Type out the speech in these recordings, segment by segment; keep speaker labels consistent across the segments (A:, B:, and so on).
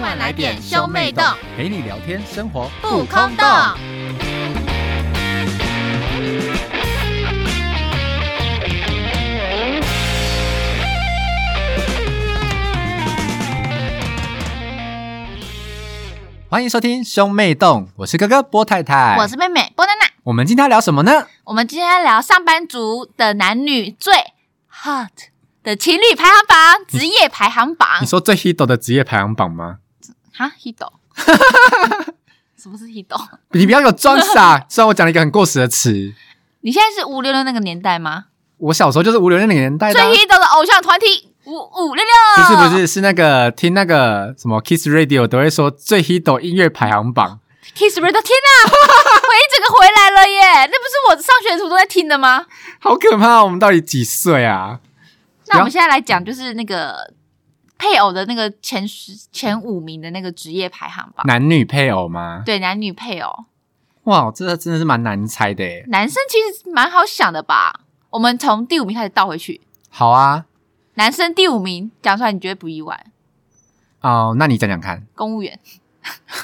A: 快来点兄妹洞，
B: 陪你聊天，生活
A: 不空洞。
B: 欢迎收听兄妹洞，我是哥哥波太太，
A: 我是妹妹波娜娜。
B: 我们今天要聊什么呢？
A: 我们今天要聊上班族的男女最 hot 的情侣排行榜、职业排行榜
B: 你。说最 hit 的职业排行榜吗？
A: 哈 h i d o 什么是 h i d o
B: 你不要给我 装傻！虽然我讲了一个很过时的词，
A: 你现在是五六六那个年代吗？
B: 我小时候就是五六那个年代的
A: 最
B: 啊、
A: h i d o 的偶像团体五五六
B: 不
A: 六，
B: 是不是，是那个听那个什么 Kiss Radio 都会说最 hit 的音乐排行榜。
A: Kiss Radio，天哪， 我一整个回来了耶！那不是我上学途中在听的吗？
B: 好可怕！我们到底几岁啊？
A: 那我们现在来讲，就是那个配偶的那个前十前五名的那个职业排行榜，
B: 男女配偶吗？
A: 对，男女配偶，
B: 哇，这真的是蛮难猜的耶。
A: 男生其实蛮好想的吧？我们从第五名开始倒回去，
B: 好啊，
A: 男生第五名讲出来，你觉得不意外？
B: 哦、那你讲讲看，
A: 公务员，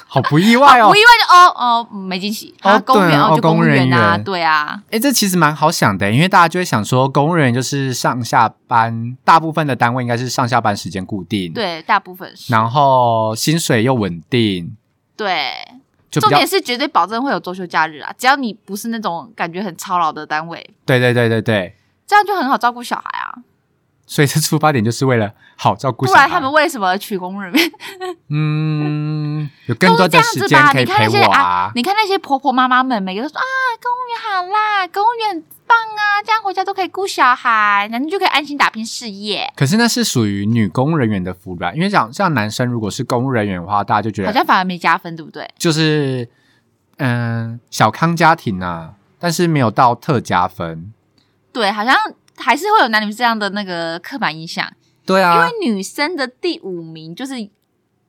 B: 好不意 外哦
A: 不意。外就哦哦，嗯没惊喜。
B: 哦
A: 啊，公务员
B: 对啊
A: 哦，
B: 哦
A: 就公务员
B: 公务人
A: 啊，
B: 员
A: 对啊，
B: 哎、这其实蛮好想的，因为大家就会想说，公务人员就是上下班，大部分的单位应该是上下班时间固定，，
A: 对，大部分是，
B: 然后薪水又稳定，
A: 对。
B: 就比
A: 重
B: 较
A: 点是绝对保证会有周休假日啊，只要你不是那种感觉很操劳的单位，
B: 对对对对对，
A: 这样就很好照顾小孩啊。
B: 所以这出发点就是为了好照
A: 不
B: 顾小孩。
A: 然他们为什么娶公务人员？
B: 嗯，有更多
A: 都是这样子
B: 的时间
A: 吧？
B: 可以
A: 你看
B: 陪
A: 那些
B: 我啊。
A: 你看那些婆婆妈妈们，每个都说啊，公务员好啦，公务员很棒啊，这样回家都可以顾小孩，男生就可以安心打拼事业，
B: 可是那是属于女公务人员的福利吧？因为讲像男生如果是公务人员的话，大家就觉
A: 好
B: 得
A: 像反而没加分，对不对？
B: 就是嗯、小康家庭啊，但是没有到特加分。
A: 对，好像还是会有男女这样的那个刻板印象，
B: 对
A: 因为
B: 啊，
A: 女生的第五名就是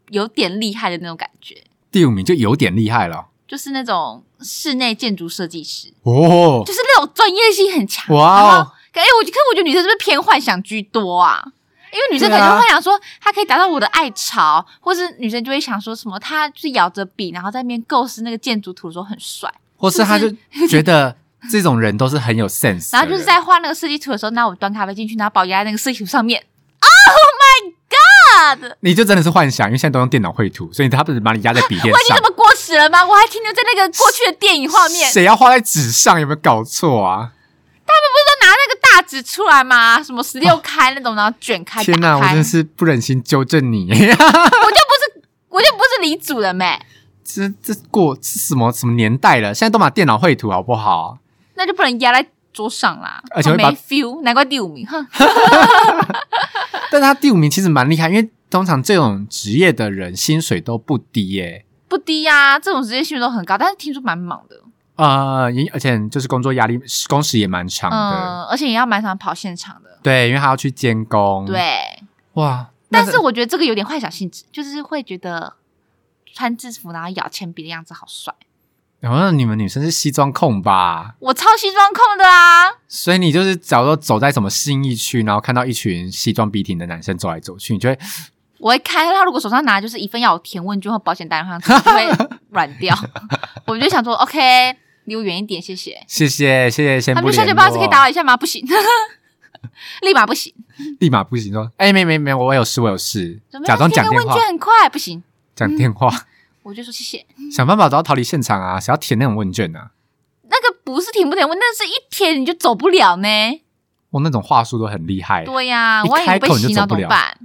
A: 有点厉害的那种感觉，
B: 第五名就有点厉害了
A: 就是那种室内建筑设计师。
B: 哦。
A: 就是那种专业性很强。
B: 哇哦
A: 然后！哎、我可是我觉得女生是不是偏幻想居多啊？因为女生可能
B: 对啊
A: 会幻想说，她可以达到我的爱巢，或是女生就会想说什么，她就是咬着笔，然后在那边构思那个建筑图的时候很帅，
B: 或是他就觉得这种人都是很有 sense，的
A: 然后就是
B: 人
A: 在画那个设计图的时候，那我端咖啡进去，然后把我压在那个设计图上面。Oh my god！
B: 你就真的是幻想，因为现在都用电脑绘图，所以他不是把你压在笔垫
A: 我已经
B: 上
A: 这，么过时了吗？我还停留在那个过去的电影画面，
B: 谁要画在纸上？有没有搞错啊？
A: 都拿那个大纸出来嘛，什么十六开那种，然后卷开
B: 天
A: 打
B: 我
A: 开，
B: 真的是不忍心纠正你，
A: 我就不是李主人呗、
B: 这这过这什么什么年代了？现在都把电脑绘图好不好？
A: 那就不能压在桌上啦，
B: 而且会
A: 没
B: 把
A: feel，难怪第五名。哼，
B: 但他第五名其实蛮厉害，因为通常这种职业的人薪水都不低耶、
A: 不低呀、这种职业薪水都很高，但是听说蛮忙的，
B: 呃，也而且就是工作压力工时也蛮长的，
A: 嗯，而且也要蛮常跑现场的，
B: 对，因为他要去监工，，
A: 对。
B: 哇，嗯那
A: 但
B: 这
A: 是我觉得这个有点幻想性质，就是会觉得穿制服然后咬铅笔的样子好帅，
B: 然后你们女生是西装控吧？
A: 我超西装控的啊，
B: 所以你就是假如说走在什么信义区，然后看到一群西装笔挺的男生走来走去，你就会
A: 我会开他如果手上拿就是一份要有填问卷或保险单的话，我就会软 掉，我就想说 OK，离我远一点，谢谢。
B: 谢谢谢谢，先
A: 他
B: 不哦
A: 们就
B: 联
A: 小姐，不好
B: 络
A: 意思，可以打扰一下吗？不行， 立马不行。
B: 立马不行说，哎、没没没，我有事我有事
A: 怎么，
B: 假
A: 样？
B: 装讲
A: 填个
B: 电
A: 问
B: 话
A: 卷嗯很快，不行，
B: 讲电话，
A: 我就说谢谢。
B: 想办法找到逃离现场啊！谁要填那种问卷啊？
A: 那个不是填不填问，那是一填你就走不了呢。
B: 我、哦那种话术都很厉害，
A: 对呀、
B: 哎一
A: 万一
B: 开
A: 我
B: 口
A: 被
B: 你就
A: 洗
B: 走
A: 脑
B: 不
A: 怎
B: 了
A: 么办？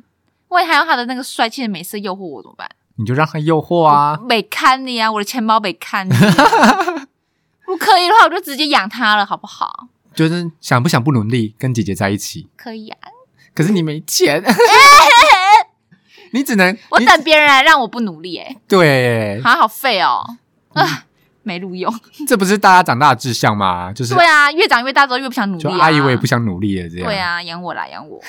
A: 万一还有他的那个帅气的美色诱惑我怎么办？
B: 你就让他诱惑啊！
A: 被看你啊，我的钱包被看你、 不可以的话，我就直接养他了，好不好？
B: 就是想不想不努力跟姐姐在一起，
A: 可以啊，
B: 可是你没钱， 你只能
A: 我
B: 你
A: 等别人来让我不努力、欸，
B: 对，
A: 哎，好废哦，啊，没录用。
B: 这嗯不是大家长大的志向吗？就是
A: 对啊，越长越大之后越不想努力、
B: 就
A: 啊，
B: 阿姨我也不想努力了这样。
A: 对啊，养我啦，养我。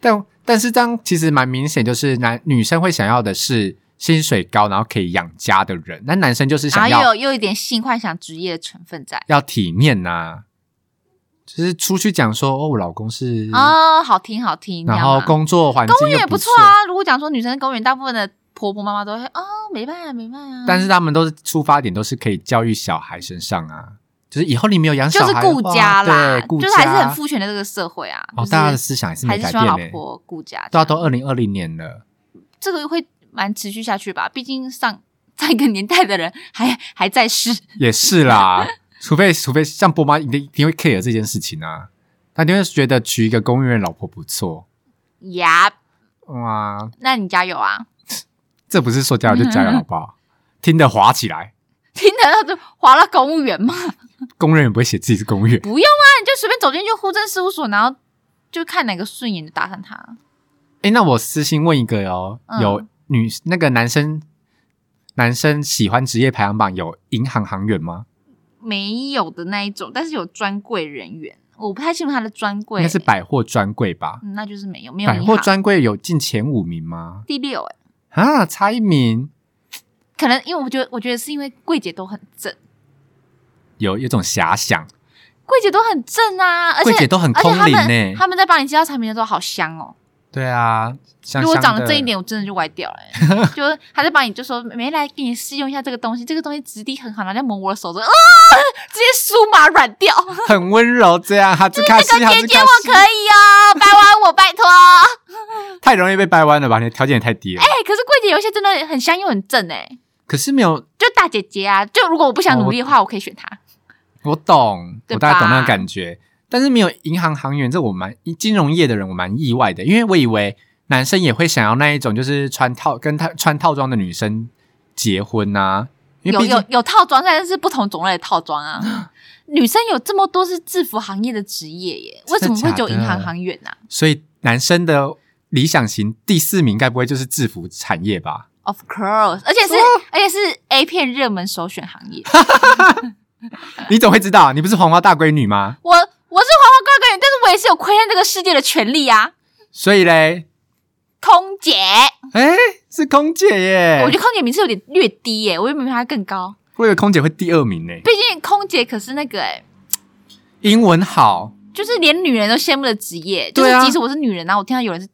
B: 但但是这样其实蛮明显，就是男女生会想要的是薪水高，然后可以养家的人，那男生就是
A: 然后
B: 想要、
A: 又有又有一点性幻想职业的成分在。
B: 要体面呐、就是出去讲说哦，我老公是，
A: 哦，好听好听，
B: 然
A: 这样
B: 后
A: 吗
B: 工作环境
A: 公务员
B: 又
A: 也
B: 不
A: 啊不错啊。如果讲说女生公务员，大部分的婆婆妈妈都会啊、没办法，没办法、啊。
B: 但是他们都是出发点都是可以教育小孩身上啊，就是以后你没有养
A: 就
B: 小
A: 是
B: 孩的
A: 顾
B: 话
A: 家啦，
B: 对，顾
A: 就
B: 家
A: 是还是很父权的这个社会啊。
B: 哦
A: 就，是
B: 大家的思想也是
A: 还
B: 没
A: 是
B: 改
A: 希望老
B: 变呢。
A: 婆顾家这
B: 对啊，
A: 样，
B: 都二零二零年了，
A: 这个会蛮持续下去吧。毕竟上上一个年代的人还还在世，
B: 也是啦。 除非除非像波妈一定一定会 care 这件事情啊，她一定会觉得娶一个公务员老婆不错
A: 呀、
B: 哇。
A: 那你加油啊！
B: 这不是说加油就加油好 不好？听得滑起来，
A: 听得到就划了公务员嘛？
B: 公务员也不会写自己是公务员。
A: 不用啊，你就随便走进去户政事务所，然后就看哪个顺眼就搭上他。
B: 哎，那我私信问一个哦，
A: 嗯
B: 有女那个男生男生喜欢职业排行榜有银行行员吗？
A: 没有的那一种，但是有专柜人员，我不太清楚他的专
B: 应
A: 柜，
B: 该是百货专柜吧？
A: 嗯、那就是没有没有
B: 百
A: 银
B: 货
A: 行
B: 专柜有进前五名吗？
A: 第六哎，
B: 啊，差一名，
A: 可能因为我觉得我觉得是因为柜姐都很正，
B: 有有种遐想。
A: 柜姐都很正啊，而且
B: 柜姐都很
A: 而且
B: 空
A: 他
B: 灵欸
A: 们、
B: 呢、
A: 他们在帮你介绍产品的时候好香哦，
B: 对啊，香
A: 如果
B: 香
A: 长得
B: 的
A: 正一，点，我真的就歪掉了、 欸。就是他在帮你就说，没来给你试用一下这个东西，这个东西质地很好，然后就抹我的手指，啊，直接酥麻软 掉。
B: 很温柔，这样哈兹卡 西，哈
A: 姐
B: 兹
A: 姐
B: 卡
A: 我
B: 西
A: 可以 哦，掰弯我拜托。哎、
B: 太容易被掰弯了吧？你的条件也太低了。
A: 可是柜姐有一些真的很香又很正哎、
B: 可是没有，
A: 就大姐姐啊，就如果我不
B: 哦
A: 想努力的话，我可以选她。
B: 我懂，
A: 对
B: 我大概懂
A: 吧
B: 那个感觉。但是没有银行行员，这我蛮金融业的人，我蛮意外的，因为我以为男生也会想要那一种，就是穿套跟他穿套装的女生结婚呐、因为
A: 有
B: 毕竟
A: 有有套装，但是不同种类的套装啊。女生有这么多是制服行业的职业耶，为什么会只有银行行员啊呢、
B: 所以男生的理想型第四名该不会就是制服产业吧？
A: Of course，而且是、而且是 A 片热门首选行业。
B: 你怎么会知道？你不是黄花大闺女吗？
A: 我我是黄花乖乖女，但是我也是有窥探这个世界的权利啊，
B: 所以嘞，
A: 空姐。
B: 哎、是空姐耶！
A: 我觉得空姐名次有点略低耶、我以为明明她更高。
B: 我以为空姐会第二名呢、
A: 毕竟空姐可是那个哎、
B: 英文好，
A: 就是连女人都羡慕的职业。就
B: 对
A: 是
B: 啊
A: 即使我是女人，然后我听到有人是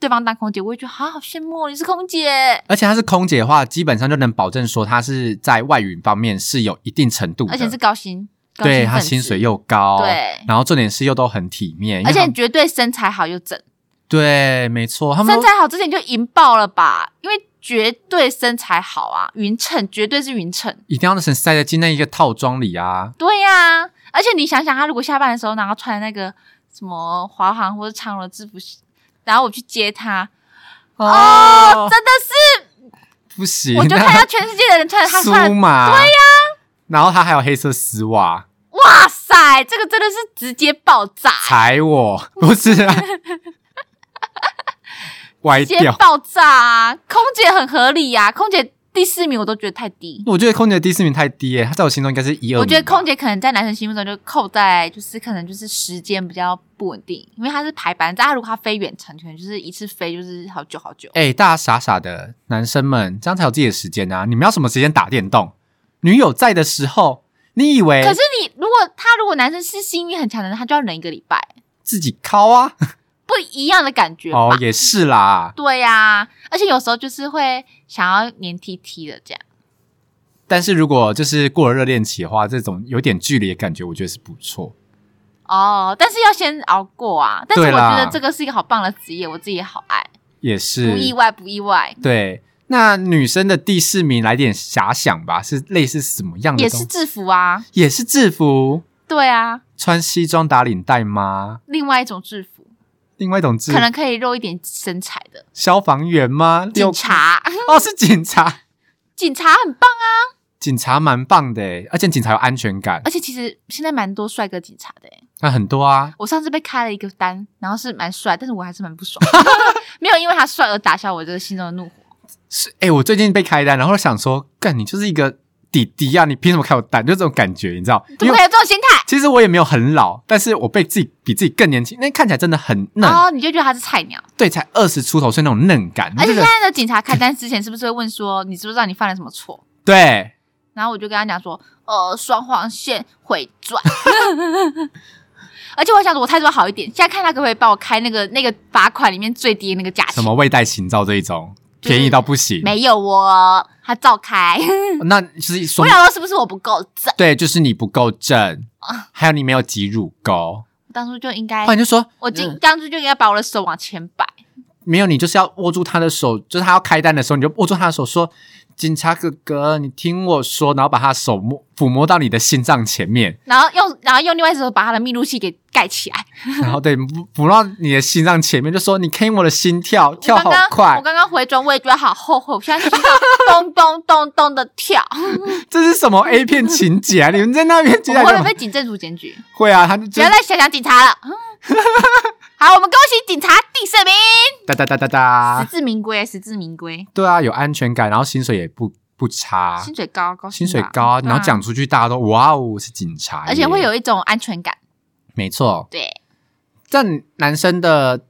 A: 对方当空姐，我也觉得啊，好羡慕哦你是空姐，
B: 而且她是空姐的话，基本上就能保证说她是在外语方面是有一定程度的，
A: 而且是高薪，高
B: 对
A: 薪
B: 她
A: 分子
B: 薪水又高，，
A: 对，
B: 然后重点是又都很体面，因为
A: 而且
B: 她
A: 绝对身材好又正。
B: 对，没错，他们
A: 身
B: 都
A: 材好之前就赢爆了吧？因为绝对身材好啊，匀称绝对是匀称。
B: 一定要能塞得进那一个套装里啊，
A: 对呀、而且你想想，他如果下班的时候，然后穿那个什么华航或者长荣的制服，然后我去接他，
B: 哦，
A: 真的
B: 不行，
A: 是，我就看到全世界的人穿着他穿
B: 苏
A: 的，
B: 麻，对呀、然后他还有黑色丝袜，
A: 哇塞，这个真的是直接爆炸，
B: 踩 我，不是啊，歪
A: 直接
B: 哎掉。
A: 爆炸啊！空姐很合理呀、空姐第四名我都觉得太低。
B: 我觉得空姐第四名太低耶、她在我心中应该是一二。
A: 我觉得空姐可能在男生心目中就扣在，就是可能就是时间比较不稳定，因为她是排班，但她如果她飞远程，可能就是一次飞就是好久好久。
B: 哎、大家傻傻的男生们，这样才有自己的时间啊！你们要什么时间打电动？女友在的时候，你以为
A: 可是你如果他如果男生是心力很强的人，他就要忍一个礼拜，
B: 自己靠啊？
A: 不一样的感觉吧？
B: 哦，也是啦。
A: 对呀、而且有时候就是会想要黏 T T 的这样。
B: 但是如果就是过了热恋期的话，这种有点距离的感觉，我觉得是不错。
A: 哦，但是要先熬过啊！但是
B: 对
A: 我
B: 啦
A: 觉得这个是一个好棒的职业，我自己也好爱，
B: 也
A: 不意
B: 是
A: 外，不意外，
B: 对。那女生的第四名来点遐想吧，是类似什么样的
A: 也
B: 东
A: 是制服啊，
B: 也是制服，
A: 对啊，
B: 穿西装打领带吗？
A: 另外一种制服，
B: 另外一种制服
A: 可能可以露一点身材的。
B: 消防员吗？
A: 警察，
B: 六哦，是警察，
A: 警察很棒啊！
B: 警察蛮棒的耶，而且警察有安 全感，
A: 而且其实现在蛮多帅哥警察的欸。
B: 那很多啊。
A: 我上次被开了一个单，然后是蛮帅，但是我还是蛮不爽， 没有因为他帅而打消我这个心中的怒火。
B: 是哎、我最近被开单，然后想说，干你就是一个弟弟啊，你凭什么开我单？就这种感觉，你知道？
A: 怎
B: 因
A: 么
B: 为
A: 会有这种心态？
B: 其实我也没有很老，但是我被自己比自己更年轻，那看起来真的很嫩，
A: 哦，你就觉得他是菜鸟。
B: 对，才二十出头，所以那种嫩感，
A: 而且
B: 这
A: 现
B: 个
A: 在的警察开单之前是不是会问说你知不知道你犯了什么错？
B: 对。
A: 然后我就跟他讲说，呃，双黄线回转。 而且我想说，我态度要好一点，现在看他可不可以帮我开那个那个罚款里面最低的那个价钱
B: 什？么未带行照这一种，
A: 就是
B: 便宜到不行。
A: 嗯没有哦，他照开。
B: 那就是说
A: 我想说是不是我不够正？
B: 对，就是你不够正，
A: 啊
B: 还有你没有挤乳沟，
A: 我当初就应该
B: 不，然就说
A: 我今
B: 嗯
A: 当初就应该把我的手往前摆。
B: 没有，你就是要握住他的手，就是他要开单的时候，你就握住他的手说：“警察哥哥，你听我说。”然后把他的手摸抚摸到你的心脏 前面，
A: 然后用，然后用另外一只手把他的密录器给盖起来。
B: 然后对抚抚到你的心脏前面，就说：“你听我的心跳，跳好
A: 我刚刚
B: 快
A: 我。刚刚回转，我也觉得好后悔，我现在听到 咚咚咚咚的跳，”
B: 这是什么 A 片情节 啊？你们在那边
A: 我
B: 接
A: 会
B: 下
A: 不会
B: 来
A: 被警政署检举？
B: 会啊，他就
A: 不
B: 就
A: 要再想想警察 了。嗯好，我们恭喜警察第四名，
B: 哒哒哒哒哒
A: 实，至名归，实至名归，
B: 对啊，有安全感，然后薪水也不不差，
A: 薪水高，高
B: 啊薪
A: 薪
B: 水
A: 吧
B: 高，然后，讲
A: 对
B: 出去大家都哇哦是警察
A: 啊
B: 耶，
A: 而且会有一种安全感。
B: 没错。
A: 对
B: 但男生的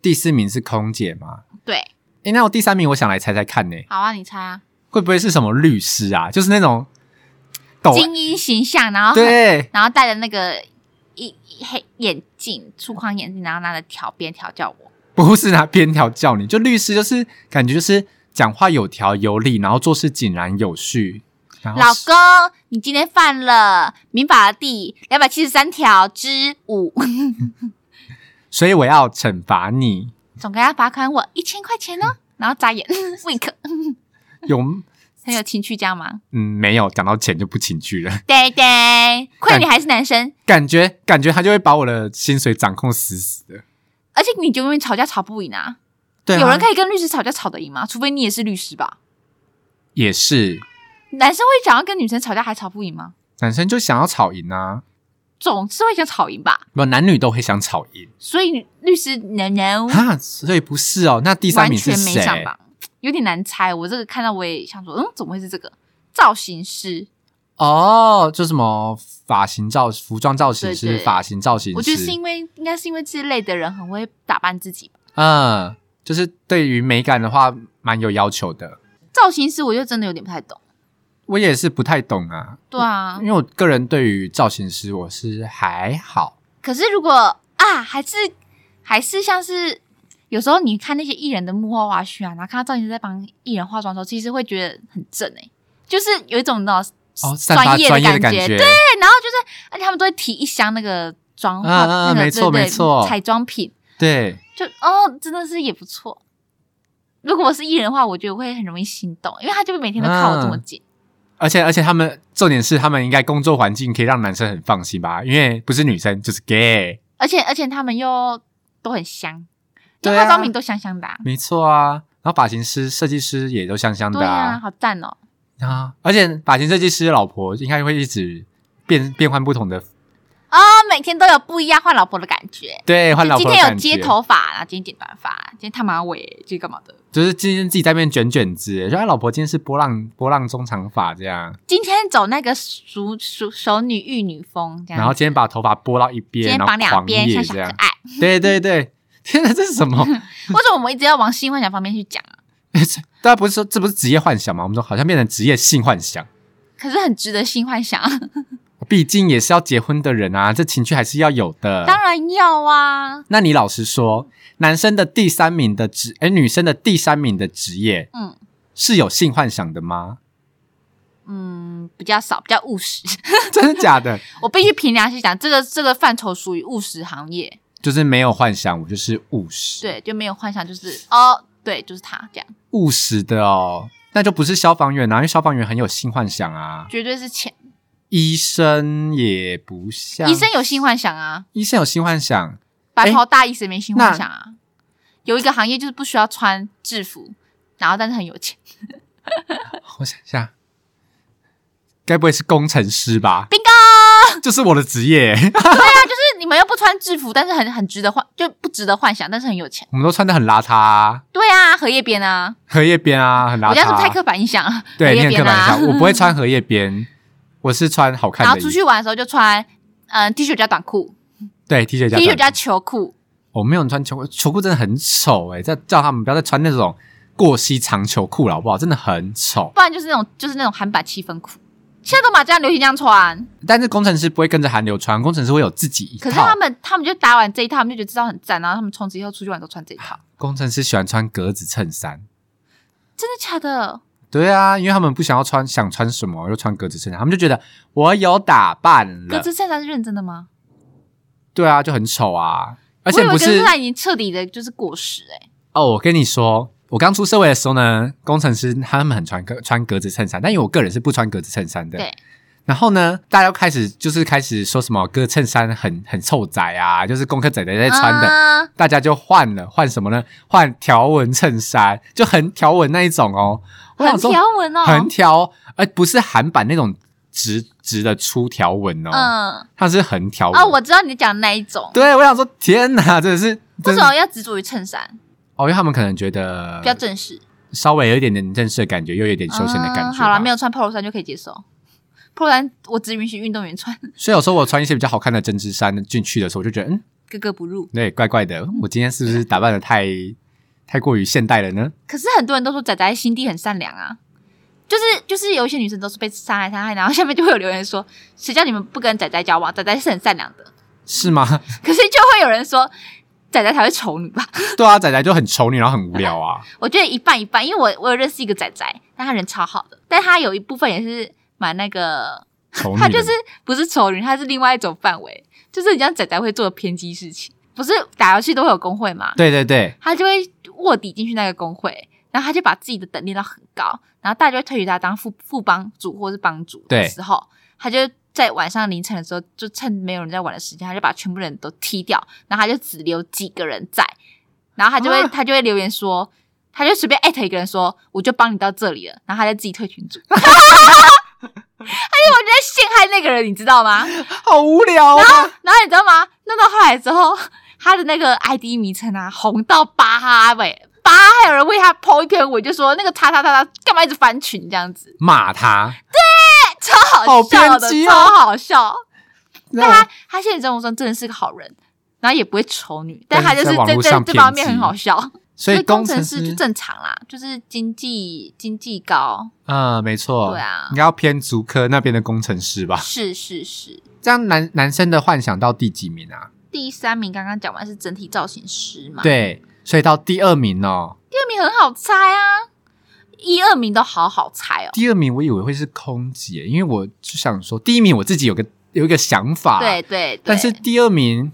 B: 第四名是空姐嘛？
A: 对，
B: 诶，那我第三名我想来猜猜看呢、
A: 好啊，你猜啊，
B: 会不会是什么律师啊？就是那种抖
A: 精英形象，然后
B: 哦对
A: 然后戴着那个一一黑眼镜，粗框眼镜，然后拿着条边条叫我。
B: 不是拿边条叫你，就律师就是感觉就是讲话有条有理，然后做事井然有序，然后
A: 老公，你今天犯了民法第两百七十三条之五，
B: 所以我要惩罚你。
A: 总该要罚款我一千块钱哦。然后眨眼 ，wink，
B: 有
A: 很有情趣这样吗？
B: 嗯没有讲到钱就不情绪了，
A: 对对，亏你还是男生，
B: 感觉感觉他就会把我的薪水掌控死死的。
A: 而且你永远吵架吵不赢啊。
B: 对啊、
A: 有人可以跟律师吵架吵得赢吗？除非你也是律师吧。
B: 也是
A: 男生会想要跟女生吵架还吵不赢吗？
B: 男生就想要吵赢啊，
A: 总是会想吵赢吧。
B: 不男女都会想吵赢
A: 所以律师 no no，
B: 啊，所以不是哦。那第
A: 嗯
B: 三
A: 完
B: 名是
A: 全没
B: 谁？
A: 上榜，有点难猜。我这个看到我也想说，嗯，怎么会是这个造型师？
B: 哦，就什么发型造、服装造型
A: 对
B: 师、
A: 对
B: 发型造型师，
A: 我觉得是因为应该是因为这类的人很会打扮自己吧。
B: 嗯，就是对于美感的话，蛮有要求的。
A: 造型师我就真的有点不太懂。
B: 我也是不太懂啊，
A: 对啊
B: 因，为我个人对于造型师我是还好，
A: 可是如果啊，还是还是像是有时候你看那些艺人的幕后花絮啊，然后看到造型师在帮艺人化妆的时候，其实会觉得很正哎、就是有一种那种
B: 哦，散发
A: 业
B: 专业的
A: 感
B: 感觉，
A: 对，然后就是而且他们都会提一箱那个妆化，
B: 嗯嗯嗯
A: 那个
B: 没错
A: 对对
B: 没错
A: 彩妆品。
B: 对
A: 就哦，真的是也不错。如果我是艺人的话，我觉得我会很容易心动，因为他就每天都靠我这么
B: 啊
A: 紧。
B: 而且而且他们重点是他们应该工作环境可以让男生很放心吧，因为不是女生就是 gay，
A: 而且而且他们又都很香，因
B: 对
A: 为
B: 啊
A: 化妆品都香香的、啊。
B: 没错啊。然后发型师、设计师也都香香的
A: 对啊，好赞哦！
B: 啊啊而且发型设计师的老婆应该会一直变变换不同的，
A: 哦，每天都有不一样换老婆的感觉。
B: 对，换老
A: 今
B: 婆的
A: 天有
B: 感
A: 接
B: 觉
A: 头发，然后今天剪短发，今天烫马尾，今天干嘛的？
B: 就是今天自己在那边卷卷子，说哎，老婆今天是波浪波浪中长发这样，
A: 今天走那个熟熟熟女玉女风这样子，
B: 然后今天把头发拨到一
A: 今
B: 边，
A: 天
B: 然
A: 绑
B: 后
A: 两
B: 狂
A: 边
B: 野
A: 像小
B: 这
A: 可
B: 样，
A: 爱。
B: 对对对，天哪，这是什么？
A: 为什么我们一直要往性幻想方面去讲啊？
B: 大家不是说这不是职业幻想吗？我们说好像变成职业性幻想，
A: 可是很值得性幻 想啊，
B: 嗯毕竟也是要结婚的人啊，这情趣还是要有的。
A: 当然要啊。
B: 那你老实说，男生的第三名的职，哎，女生的第三名的职业
A: 嗯，
B: 是有性幻想的吗？
A: 嗯，比较少，比较务实。
B: 真的假的？
A: 我必须凭良心讲，这个这个范畴属于务实行业，
B: 就是没有幻想，我就是务实。
A: 对，就没有幻想，就是哦，对，就是他这样，
B: 务实的哦，那就不是消防员啊，因为消防员很有性幻想啊。
A: 绝对是钱。
B: 医生也不像
A: 医生，有性幻想啊，
B: 医生有性幻想，
A: 白袍大衣谁没性幻想啊？有一个行业就是不需要穿制服，然后但是很有钱。
B: 我想一下，该不会是工程师吧？就是我的职业，
A: 就是你们又不穿制服，但是很很值得幻，就不值得幻想，但是很有钱。
B: 我们都穿的很邋遢、啊，
A: 对啊，荷叶边啊，
B: 荷叶边啊，很邋
A: 我
B: 遢
A: 家是不
B: 啊、
A: 是太刻板印象了？荷
B: 对，你
A: 叶
B: 很刻
A: 边
B: 板
A: 啊
B: 印，象，我不会穿荷叶边，我是穿好看
A: 然后
B: 的衣
A: 出
B: 服，
A: 去玩的时候就穿嗯 T 恤加短裤
B: 对 T 恤加
A: ，T 恤
B: 短
A: 加球裤，
B: 我没有穿球裤，球裤真的很丑哎、欸，叫叫他们不要再穿那种过膝长球裤了，好不好？真的很丑。
A: 不然就是那种就是那种韩版七分裤，现在都把这样流行这样穿。
B: 但是工程师不会跟着韩流穿，工程师会有自己一
A: 可是他
B: 套。
A: 们他们就打完这一套，他们就觉得这套很赞，然后他们从此以后出去玩都穿这一套。
B: 工程师喜欢穿格子衬衫，
A: 真的假的？
B: 对啊，因为他们不想要穿想穿什么就穿格子衬衫，他们就觉得我有打扮
A: 格
B: 了。
A: 子衬衫是认真的吗？
B: 对啊，就很丑啊，而
A: 而
B: 且不
A: 格子
B: 是
A: 衬衫已经彻底的就是过时哎、
B: 哦，我跟你说，我刚出社会的时候呢，工程师他们很穿格穿格子衬衫，但因为我个人是不穿格子衬衫的。
A: 对。
B: 然后呢，大家开始就是开始说什么格子衬衫很很臭仔啊，就是工科仔仔在穿的，
A: 啊
B: 大家就换了，换什么呢？换条纹衬衫，就很条纹那一种哦。我想
A: 很
B: 说
A: 条纹哦，
B: 很条，而不是韩版那种直直的粗条纹哦，
A: 嗯
B: 它是横条纹。
A: 啊，我知道你讲的那一种，
B: 对我想说，天哪，真的是
A: 为
B: 真
A: 什
B: 的
A: 么要执着于衬衫？
B: 哦，因为他们可能觉得
A: 比较正式，
B: 稍微有一点点正式的感觉，又有一点休闲的感觉、
A: 嗯好了，没
B: 有。
A: 有穿 polo 衫就可以接受。polo 衫我只允许运动员穿，
B: 所以有时候我穿一些比较好看的针织衫进去的时候，我就觉得，嗯，
A: 格格不入。
B: 对，怪怪的。我今天是不是打扮的太太过于现代了呢？
A: 可是很多人都说仔仔心地很善良啊，就是就是有一些女生都是被伤害伤害，然后下面就会有留言说，谁叫你们不跟仔仔交往？仔仔是很善良的。
B: 是 吗？
A: 可是就会有人说，仔仔才会丑女吧？
B: 对啊，仔仔就很丑女，然后很无聊啊。
A: 我觉得一半一半，因为我我有认识一个仔仔，但他人超好的，但他有一部分也是蛮那个，
B: 丑女的
A: 他就是不是丑女，他是另外一种范围，就是你像仔仔会做的偏激事情，不是打游戏都会有工会嘛，
B: 对对对，
A: 他就会卧底进去那个工会，然后他就把自己的等练到很高，然后大家就会推举他当副副帮主或是帮主
B: 对
A: 的时候，他就在晚上凌晨的时候，就趁没有人在玩的时间，他就把全部人都踢掉，然后他就只留几个人在，然后他就会、
B: 啊
A: 他就会留言说，他就随便艾特一个人说，我就帮你到这里了，然后他就自己退群组。 他就完全在陷害那个人，你知道吗？
B: 好无聊啊。
A: 然后你知道吗？弄到后来之后，他的那个 ID 名称啊，红到巴哈喂，巴哈还有人为他 po 一篇文，就说那个叉叉叉叉干嘛一直翻群这样子，
B: 骂他，
A: 超好笑
B: 好
A: 的，
B: 偏激哦
A: 超好笑。
B: 那
A: 但他他现实生活中真的是个好人，然后也不会丑女，但他就是
B: 但是在网
A: 在
B: 络
A: 在
B: 上
A: 这方面
B: 偏激
A: 很好笑。
B: 所以
A: 工
B: 工
A: 程
B: 程
A: 师就正常啦，就是经济经济高，
B: 嗯，没错，
A: 对啊
B: 应该要偏足科那边的工程师吧？
A: 是是是。
B: 这样男男生的幻想到第几名啊？
A: 第三名刚刚讲完是整体造型师嘛，
B: 对，所以到第二名哦，
A: 第二名很好猜啊，一二名都好好猜哦。
B: 第二名我以为会是空姐，因为我就想说第一名我自己有个有一个想法，
A: 对，对对，
B: 但是第二名，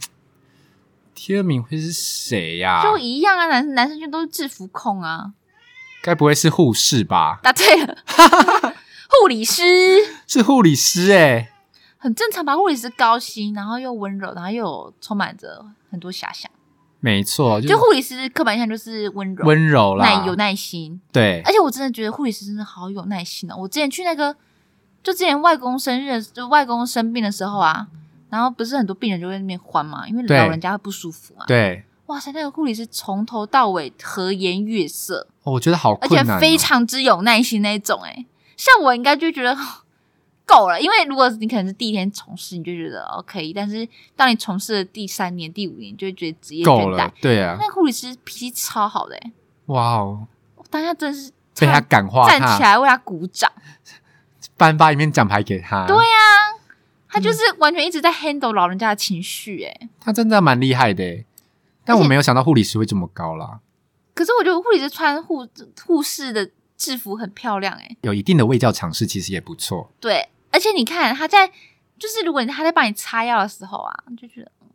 B: 第二名会是谁呀、
A: 就一样啊，男男生就都是制服控啊，
B: 该不会是护士吧？
A: 答对了，护理师
B: 是护理师哎、
A: 很正常吧？护理师高薪，然后又温柔，然后又有充满着很多遐想。
B: 没错，
A: 就
B: 就
A: 护理师刻板印象就是温柔、
B: 温柔啦，
A: 耐有耐心，
B: 对，
A: 而且我真的觉得护理师真的好有耐心哦。我之前去那个，就之前外公生日，就外公生病的时候啊，然后不是很多病人就会在那边欢嘛，因为
B: 对
A: 老人家会不舒服嘛。
B: 对、
A: 哇塞，那个护理师从头到尾和颜悦色，
B: 哦我觉得好
A: 而且
B: 困难、哦，
A: 非常之有耐心那一种、欸。像我应该就觉得 够了，因为如果你可能是第一天从事，你就觉得哦可以，但是当你从事了第三年、第五年，就会觉得职业
B: 够
A: 倦怠
B: 了。，对啊，
A: 那个护理师脾气超好的、欸，
B: 哇哦，
A: 我当下真的是
B: 被他
A: 差点
B: 感化
A: 站
B: 他嗯
A: 起来为他鼓掌。
B: 颁发一面奖牌给他。
A: 对啊，他就是完全一直在 handle 老人家的情绪、欸，
B: 他真的蛮厉害的耶，但
A: 而且
B: 我没有想到护理师会这么高啦，
A: 可是我觉得护理师穿护护士的制服很漂亮、欸，
B: 有一定的卫教常识其实也不错。
A: 对，而且你看他在，就是如果他在帮你擦药的时候啊，就觉得嗯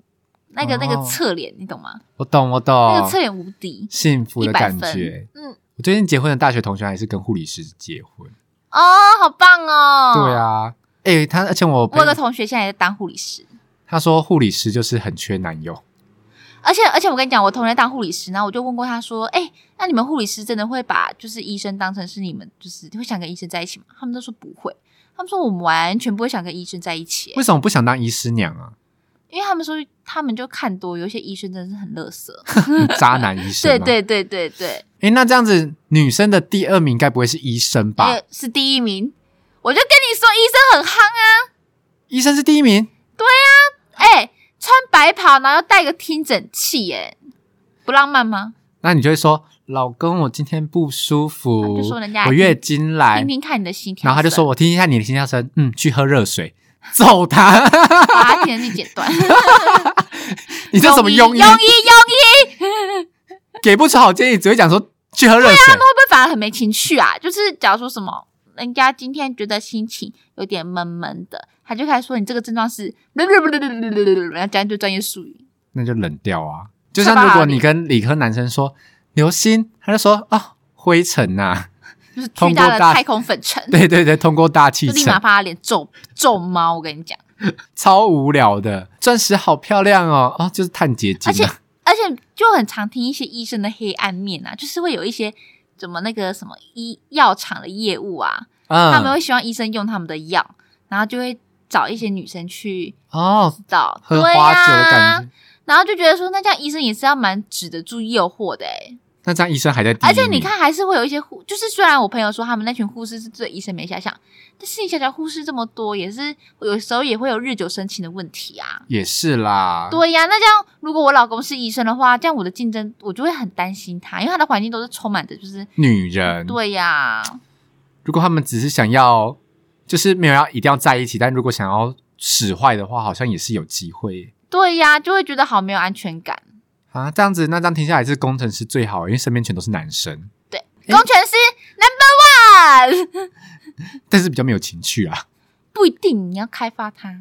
A: 那个、
B: 哦
A: 那个侧脸，你懂吗？
B: 我懂，我懂，
A: 那个侧脸无敌，
B: 幸福
A: 一
B: 的
A: 百
B: 感
A: 分
B: 觉。。
A: 嗯，
B: 我最近结婚的大学同学还是跟护理师结婚。
A: 哦，好棒哦。
B: 对，啊，诶、他而且我
A: 我有
B: 朋
A: 个
B: 友
A: 同学现在也在当护理师，
B: 他说护理师就是很缺男友，
A: 而且而且我跟你讲，我同学当护理师，然后我就问过他说，哎、那你们护理师真的会把就是医生当成是你们就是会想跟医生在一起吗？他们都说不会，他们说我们完全不会想跟医生在一起、
B: 为什么不想当医师娘啊？
A: 因为他们说他们就看多，有一些医生真的是很乐色。
B: 渣男医生
A: 嗯 对
B: 吗？
A: 对对对对。
B: 诶、那这样子女生的第二名该不会是医生吧？
A: 也是第一名。我就跟你说，医生很夯啊！
B: 医生是第一名，
A: 哎、穿白袍，然后又戴个听诊器、哎，不浪漫吗？
B: 那你就会说老公我今天不舒服，
A: 就说人家
B: 我月经来，
A: 听听看你的心跳声，
B: 哎然后他就说：“我听一下你的心跳声，嗯，去喝热水。” 揍他！
A: 把他听诊器剪断。
B: 你这什么
A: 庸
B: 庸医？
A: 庸医庸医，
B: 给不出好建议，只会讲说去喝热水。
A: 会不会打的很没情趣啊。就是假如说什么，人家今天觉得心情有点闷闷的，他就开始说你这个症状是，然后讲一堆专业术语。
B: 那就冷掉啊。就像如果你跟理科男生说流星，他就说啊、灰尘呐、
A: 就是巨大的太空粉尘，
B: 对对对，通过大气
A: 就立马
B: 层，
A: 把他脸皱皱猫。我跟你讲，
B: 超无聊的。钻石好漂亮哦，哦，就是碳结晶、
A: 而
B: 啊，
A: 且而且就很常听一些医生的黑暗面啊，就是会有一些怎么那个什么医药厂的业务啊，他们
B: 嗯，
A: 会希望医生用他们的药，然后就会找一些女生去
B: 哦，
A: 知道，
B: 喝
A: 对啊
B: 花酒的
A: 呀、
B: 感觉。
A: 然后就觉得说，那这样医生也是要蛮止得住诱惑的欸
B: 那这样医生还在第一
A: 而且你
B: 名
A: 看，还是会有一些护，就是虽然我朋友说他们那群护士是对医生没遐想，但是你想想护士这么多，也是有时候也会有日久生情的问题啊。
B: 也是啦，
A: 对呀、那这样如果我老公是医生的话，这样我的竞争我就会很担心他，因为他的环境都是充满着就是
B: 女人。
A: 对呀、
B: 如果他们只是想要，就是没有要一定要在一起，但如果想要使坏的话，好像也是有机会耶
A: 对呀、就会觉得好没有安全感。
B: 啊。这样子，那这样听下来是工程师最好，因为身边全都是男生，诶
A: 工程师 number one，
B: 但是比较没有情趣啊。
A: 不一定你要开发他。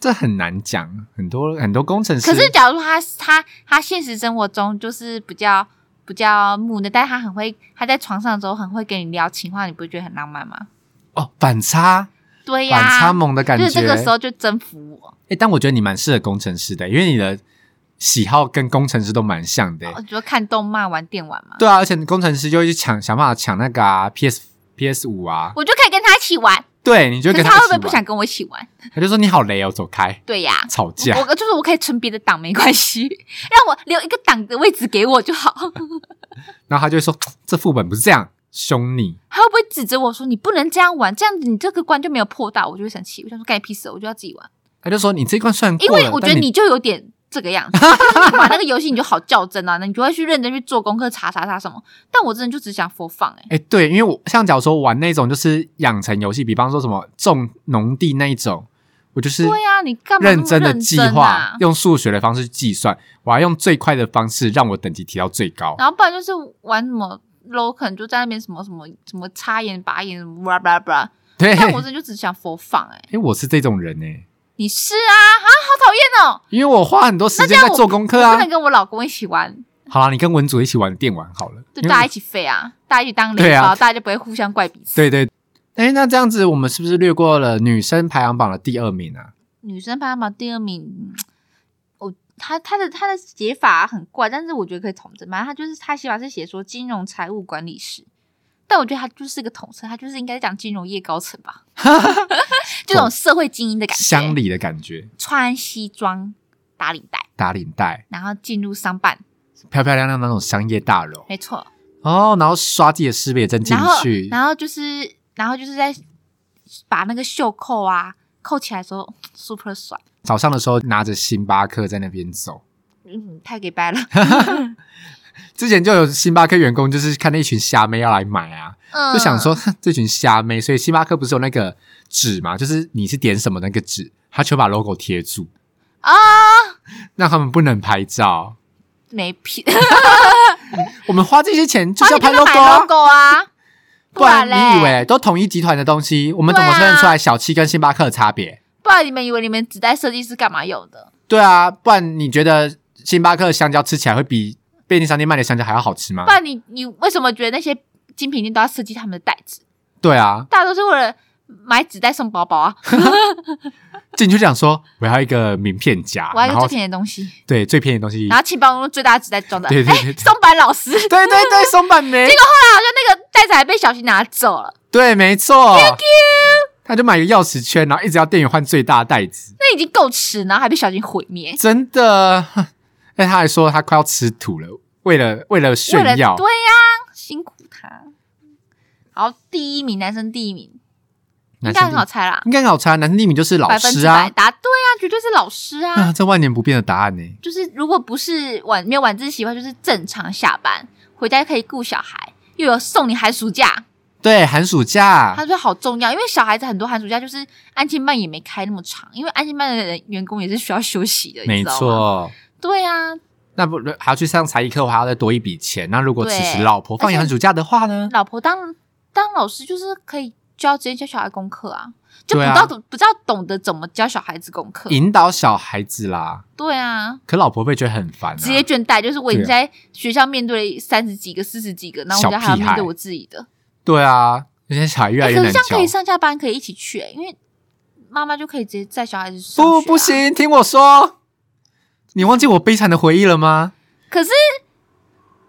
B: 这很难讲，很多很多工程师，
A: 可是假如他他他现实生活中就是比较比较木讷，但是他很会他在床上的时候很会跟你聊情话，你不会觉得很浪漫吗？
B: 哦，反差
A: 对
B: 反
A: 呀、
B: 差萌的感
A: 就
B: 觉。
A: 是这个时候就征服我，
B: 诶但我觉得你蛮适合工程师的，因为你的喜好跟工程师都蛮像的。
A: 我觉得看动漫玩电玩嘛，
B: 对啊，而且工程师就会去抢想办法抢那个啊 PS PS 五啊，
A: 我就可以跟他一起玩。
B: 对，你就
A: 可是
B: 跟
A: 他会不
B: 一
A: 会
B: 起
A: 不
B: 玩
A: 想跟我一起玩？
B: 他就说你好雷哦，走开，
A: 对呀、
B: 吵架。
A: 我就是我可以存别的档没关系， 让我留一个档的位置给我就好。
B: 然后他就会说这副本不是这样，凶你。
A: 他会不会指责我说你不能这样玩，这样子你这个关就没有破到？我就会生气，我想说干你屁事，我就要自己玩。
B: 他就说你这关虽然过
A: 因
B: 了，
A: 为我觉得
B: 但
A: 你就有点这个样子， 就是你玩那个游戏你就好较真啊，那你就会去认真去做功课查查查什么。但我真的就只想 for fun 哎、
B: 哎、对，因为我像假如说玩那种就是养成游戏，比方说什么种农地那一种，我就是
A: 对呀、你干嘛那么
B: 认真的计划，
A: 啊？
B: 用数学的方式计算，我要用最快的方式让我等级提到最高。
A: 然后不然就是玩什么 local，就在那边什么什么什么插眼拔眼什么 blah blah blah。
B: 对，
A: 但我
B: 哎、
A: 真的就只想 for fun 哎、
B: 我是这种人哎、
A: 你是啊啊，好讨厌哦！
B: 因为我花很多时
A: 这
B: 间
A: 样
B: 在
A: 我
B: 做功课
A: 我不
B: 啊
A: 能。跟我老公一起玩，
B: 好啦，你跟文组一起玩电玩好了。
A: 就
B: 因为
A: 大家一起废啊，大家一起当
B: 对
A: 领
B: 啊
A: 导，大家就不会互相怪彼此。
B: 对对，哎、那这样子我们是不是略过了女生排行榜的第二名啊？
A: 女生排行榜第二名，嗯我他他的他的写法很怪，但是我觉得可以统整。反正他就是他写法是写说金融财务管理师，但我觉得他就是个统称，他就是应该讲金融业高层吧， 这种社会精英的感
B: 哦乡
A: 觉，
B: 里的感觉，
A: 穿西装打领带，
B: 打领带。
A: 然后进入商办，
B: 漂漂亮亮的那种商业大楼
A: 没错。
B: 哦，然后刷自己的识别证进
A: 然后
B: 去，
A: 然后就是然后就是在把那个袖扣啊扣起来的时候 super 爽，
B: 早上的时候拿着星巴克在那边走。
A: 嗯，太给 掰了。
B: 之前就有星巴克员工就是看那一群虾妹要来买啊，就想
A: 嗯
B: 说哼这群虾妹，所以星巴克不是有那个纸嘛，就是你是点什么那个纸，他全把 logo 贴住，
A: 啊，
B: 让他们不能拍照。
A: 没 品。
B: 我们花这些钱就是要
A: 而且
B: 拍
A: 就
B: logo
A: 买
B: 啊，
A: logo 啊，
B: 不
A: 然
B: 然
A: 嘞
B: 你以为都统一集团的东西，我们怎么
A: 对啊
B: 分得出来小七跟星巴克的差别？
A: 不然你们以为你们纸袋设计是干嘛用的？
B: 对啊，不然你觉得星巴克的香蕉吃起来会比便利商店卖的香蕉还要好吃吗
A: 不？然你你为什么觉得那些精品店都要设计他们的袋子？
B: 对啊，
A: 大家都是为了买纸袋送包包 啊！
B: 进去就想说我要一个名片夹，
A: 我要
B: 然
A: 用
B: 后
A: 最便宜的东西，
B: 对最便宜的东西
A: 然，后请帮我用最大的纸袋装的。
B: 对对
A: 哎
B: 对对
A: 松坂老师， 后
B: 对对对，松板梅，
A: 来好像那个袋子还被小新拿走了。
B: 对，没错。他就买个钥匙圈，然后一直要店员换最大的袋子，
A: 那已经够吃，然后还被小新毁灭。
B: 真的。 哼哎，他还说他快要吃土了，为了为了
A: 为
B: 炫
A: 了对
B: 耀，
A: 呀、辛苦他。好，第一名男生第一名应
B: 男
A: 该
B: 生
A: 很好猜啦，
B: 应该很好猜，男生第一名就是老
A: 百分之
B: 师
A: 百
B: 啊，
A: 答对啊，绝对是老师啊。
B: 啊，这万年不变的答案呢？
A: 就是如果不是晚没有晚自习的话，就是正常下班回家可以顾小孩，又有送你寒暑假，
B: 对，寒暑假
A: 他说好重要，因为小孩子很多寒暑假就是安亲班也没开那么长，因为安亲班的人员工也是需要休息的，你
B: 没
A: 知道吗？
B: 错，
A: 对啊，
B: 那不还要去上才艺课，我还要再多一笔钱。那如果
A: 对
B: 此时老婆放
A: 而且
B: 寒暑假的话呢？
A: 老婆当当老师就是可以教直接教小孩功课啊，就不
B: 对啊
A: 知道懂、不知道懂得怎么教小孩子功课。
B: 引导小孩子啦，
A: 对啊，
B: 可老婆会觉得很烦、啊。
A: 职业倦怠就是我已经在学校面对三十几个、四十几个，然后我
B: 啊小
A: 家还要
B: 屁
A: 面对
B: 孩
A: 我自己的。
B: 对啊，而且小孩越来
A: 欸
B: 越
A: 可是
B: 难
A: 这样
B: 教
A: 可以。上下班可以一起去、欸，因为妈妈就可以直接载小孩子上学、啊
B: 不，不。行，听我说，你忘记我悲惨的回忆了吗？
A: 可是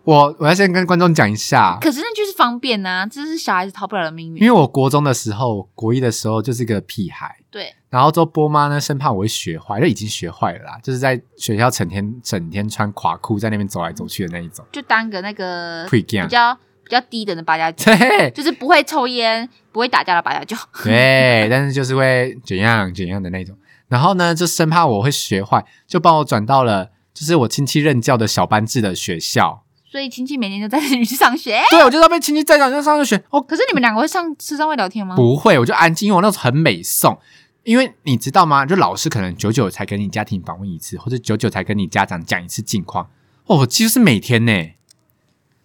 B: 我我要先跟观众讲一下，
A: 可是那就是方便呐、这是小孩子逃不了的命
B: 因
A: 运。
B: 为我国中的时候，国一的时候就是个屁孩，
A: 对，
B: 然后之后波妈呢，生怕我会学坏，就已经学坏了啦，就是在学校整天整天穿垮裤在那边走来走去的那一种。
A: 就当个那个
B: 会
A: 比
B: 这样
A: 较比较低等的八加九，
B: 对
A: 就是不会抽烟、不会打架的八加九。
B: 对，但是就是会怎样怎样的那种。然后呢，就生怕我会学坏，就帮我转到了就是我亲戚任教的小班制的学校。
A: 所以亲戚每天都带着你去上学。
B: 对，我就要被亲戚在长上上学。哦，
A: 可是你们两个会上吃上会聊天吗？
B: 不会，我就安静，因为我那时候很美颂。因为你知道吗？就老师可能久久才跟你家庭访问一次，或者久久才跟你家长讲一次近况。哦，我几乎是每天呢，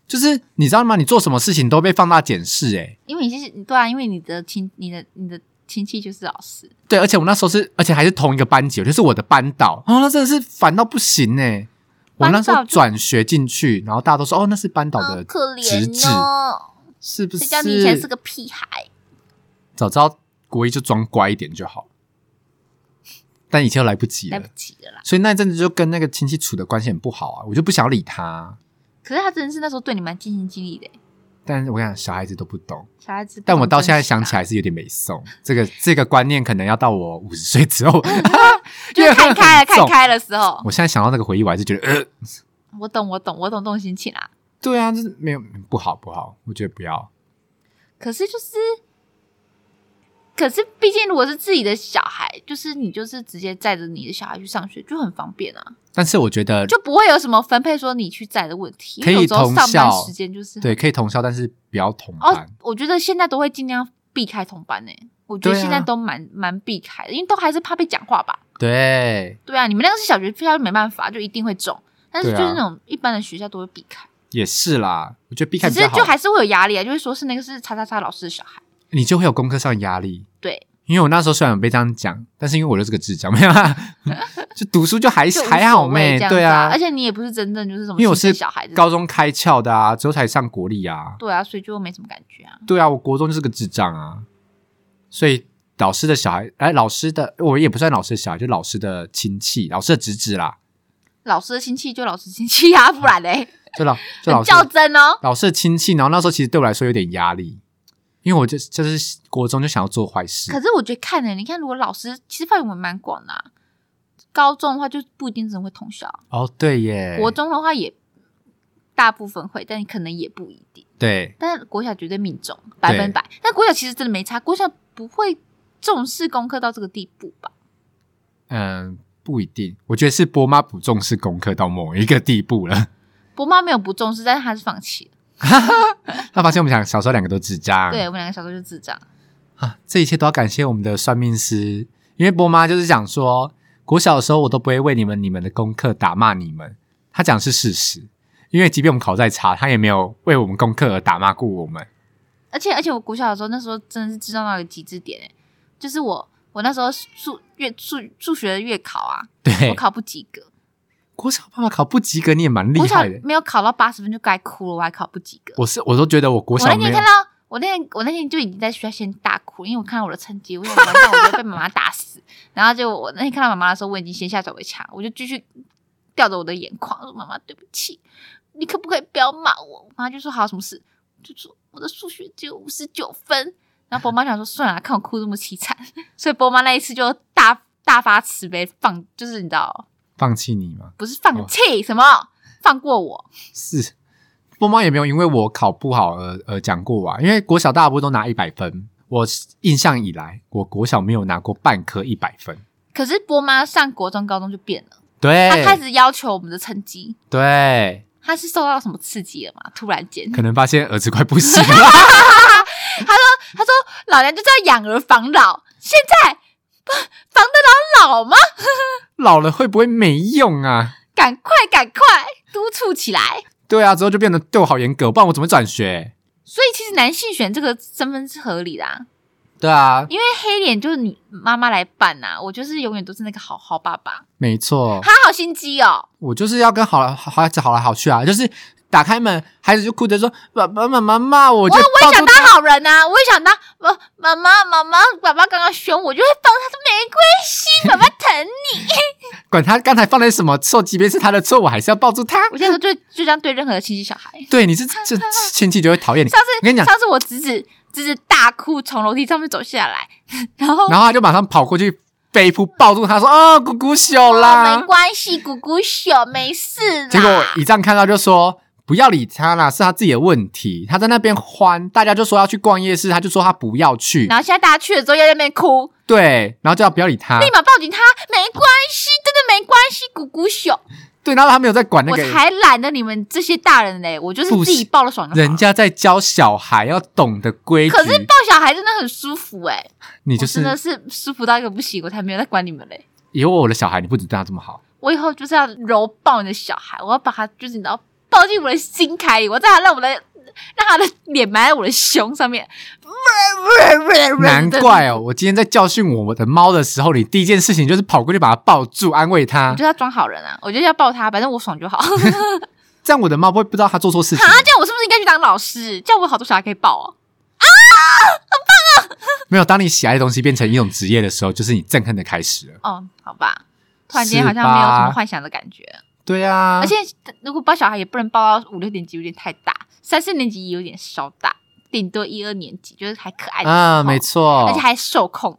B: 就是你知道吗？你做什么事情都被放大检视，哎，
A: 因为你是对啊，因为你的亲、你的、你的亲戚就是老师，
B: 对，而且我那时候是，而且还是同一个班级，就是我的班导，哦，那真的是烦到不行呢。我那时
A: 班导
B: 候
A: 就
B: 转学进去，然后大家都说，哦，那是班导
A: 好
B: 的，
A: 嗯可
B: 侄
A: 怜
B: 子
A: 哦。
B: 是不
A: 谁
B: 是？
A: 叫你以前是个屁孩？
B: 早知道国一就装乖一点就好，但以前又来不及
A: 来
B: 了
A: 不。及了啦。
B: 所以那一阵子就跟那个亲戚处的关系很不好啊，我就不想理他、
A: 可是他真的是那时候对你蛮尽心尽力的欸，
B: 但是我跟你讲，小孩子都不懂，
A: 小孩子。
B: 但我到现在想起
A: 来，
B: 来是有点没送。这个这个观念可能要到我五十岁之后，
A: 就是看开了、
B: 越来越
A: 看
B: 重
A: 开的时候，
B: 我现在想到那个回忆，我还是觉得，呃，
A: 我懂，我懂，我懂这种心情啦。
B: 对啊，就是没有不好不好，我觉得不要。
A: 可是就是，可是毕竟如果是自己的小孩，就是你就是直接载着你的小孩去上学，就很方便啊。
B: 但是我觉得
A: 就不会有什么分配说你去载的问题，因为
B: 可以
A: 有时候
B: 同
A: 上班
B: 校
A: 时间就是
B: 对可以同校，但是不要同
A: 哦
B: 班。，
A: 我觉得现在都会尽量避开同班呢、我觉得
B: 对啊
A: 现在都蛮蛮、避开的，因为都还是怕被讲话吧。
B: 对，
A: 对啊，你们那个是小学学校没办法，就一定会中，但是就
B: 对啊
A: 是那种一般的学校都会避开，
B: 也是啦，我觉得避开
A: 只
B: 比较
A: 是
B: 好，
A: 就还是会有压力啊，就会说是那个是叉叉叉老师的小孩，
B: 你就会有功课上的压力。
A: 对，
B: 因为我那时候虽然有被这样讲，但是因为我就是个智障，没有 啦，就读书就还
A: 就无
B: 哎还好
A: 所谓
B: 妹
A: 这，样子
B: 对
A: 啊，
B: 啊
A: 而，且你也不是真正就是什么
B: 因为我
A: 亲生
B: 是
A: 小孩子，
B: 高中开窍的啊，之后才上国立啊，
A: 对啊，所以就没什么感觉啊。
B: 对啊，我国中就是个智障啊，所以老师的小孩，哎，老师的我也不算老师的小孩，就老师的亲戚，老师的侄子啦，
A: 老师的亲戚就老师亲戚啊，不然嘞，
B: 就老
A: 很
B: 就老师
A: 较真哦。
B: 老师的亲戚，然后那时候其实对我来说有点压力，因为我就就是国中就想要做坏事
A: 可，是我觉得看呢、欸你看如果老师其实范围蛮广的、啊，高中的话就不一定真的会通宵，啊
B: 哦，对耶，
A: 国中的话也大部分会，但可能也不一定。
B: 对
A: 但是国小绝对命中百分百，但国小其实真的没差，国小不会重视功课到这个地步吧？
B: 嗯，不一定，我觉得是波妈不重视功课到某一个地步了。
A: 我妈没有不重视，但是她是放弃了。
B: 她发现我们俩小时候两个都智障，
A: 对我们两个小时候就智障，
B: 啊，这一切都要感谢我们的算命师，因为波妈就是讲说，国小的时候我都不会为你们你们的功课打骂你们，她讲的是事实，因为即便我们考再差，她也没有为我们功课而打骂过我们。
A: 而且而且我国小的时候那时候真的是智障到一个极致点、欸，就是我我那时候数月数数学的月考啊，
B: 对
A: 我，考不及格，
B: 国小爸爸考不及格，你也蛮厉
A: 我
B: 害的。
A: 没有考到八十分就该哭了，我还考不及格。
B: 我是我都觉得我国
A: 我
B: 小
A: 那
B: 没
A: 天
B: 有
A: 看到，我那天我那天就已经在学校先大哭，因为我看到我的成绩，我想完蛋，我就被妈妈打死。然后结果我那天看到妈妈的时候，我已经先下手为强，我就继续吊着我的眼眶说：“妈妈，对不起，你可不可以不要骂我？”我妈就说：“好，什么事？”就说我的数学只有五十九分。然后波妈想说：“算了，看我哭这么凄惨。”所以波妈那一次就大大发慈悲，放就是你知道，
B: 放弃你吗？
A: 不是放弃、什么放过我，
B: 是，波妈也没有因为我考不好而而讲过啊，因为国小大部分都拿一百分，我印象以来，我国小没有拿过半科一百分。
A: 可是波妈上国中、高中就变了，
B: 对，
A: 她开始要求我们的成绩。
B: 对，
A: 她是受到什么刺激了吗？突然间，
B: 可能发现儿子快不 行了。
A: 她说：“老娘就知道养儿防老，现在防得了老吗？
B: 老了会不会没用啊？
A: 赶快赶快督促起来。
B: 对啊，之后就变得对我好严格，不然我怎么会转学？
A: 所以其实男性选这个身份是合理的、啊，
B: 对啊，
A: 因为黑脸就是你妈妈来扮呐、我就是永远都是那个好好爸爸，
B: 没错，
A: 他好心机哦。
B: 我就是要跟好好孩子好来好去啊，就是打开门，孩子就哭着说：“爸爸妈妈骂我。”
A: 我
B: 就
A: 我也
B: 抱
A: 想
B: 住
A: 当
B: 他
A: 好人呐、我也想当妈妈妈妈妈爸爸刚刚凶我，就会放他的玫瑰心，爸爸疼你。
B: 管他刚才犯了什么错，即便是他的错，我还是要抱住他。
A: 我现在就就这样对任何的亲戚小孩。
B: 对，你是这这亲戚就会 讨厌你。
A: 上
B: 我跟你
A: 次
B: 讲
A: 上次我侄子侄子大哭从楼梯上面走下来，然后
B: 然后他就马上跑过去飞扑抱住他说：“啊、姑姑 小
A: 哦
B: 啦
A: 没。关系，姑姑小没事啦。
B: 结果一丈看到就说：“不要理他啦，是他自己的问题。他在那边欢，大家就说要去逛夜市，他就说他不要去。
A: 然后现在大家去了之后又在那边哭，
B: 对，然后就要不要理他。
A: 立马抱紧他，没关系，真的没关系，姑姑小，
B: 对，然后他没有在管那
A: 我
B: 个。
A: 才懒得你们这些大人嘞，我就是
B: 不
A: 自己
B: 是
A: 抱了爽就好
B: 人。家在教小孩要懂得规矩，
A: 可是抱小孩真的很舒服哎、
B: 你
A: 我
B: 就
A: 真的
B: 是
A: 是舒服到一个不行，我才没有在管你们嘞。
B: 以后我的小孩，你不止对他这么好，
A: 我以后就是要揉抱你的小孩，我要把他就是你知道抱进我的心坎里，我再让我的让他的脸埋在我的胸上面。
B: 难怪哦！我今天在教训我的猫的时候，你第一件事情就是跑过去把它抱住，安慰
A: 我
B: 它
A: 就，要装好人啊，我就要抱他，反正我爽就好。 啊，
B: 这样我的猫不会不知道它做错事情。
A: 这样我是不是应该去当老师？这样我有好多小孩可以抱哦。
B: 没有，当你喜爱的东西变成一种职业的时候，就是你憎恨的开始了。
A: 哦，好吧，突然间
B: 是
A: 好像没有什么
B: 吧
A: 幻想的感觉，
B: 对啊，
A: 而且如果抱小孩也不能抱到五六年级，有点太大，三四年级也有点稍大，顶多一二年级就是还可爱的时
B: 啊，
A: 候
B: 没错，
A: 而且还受控，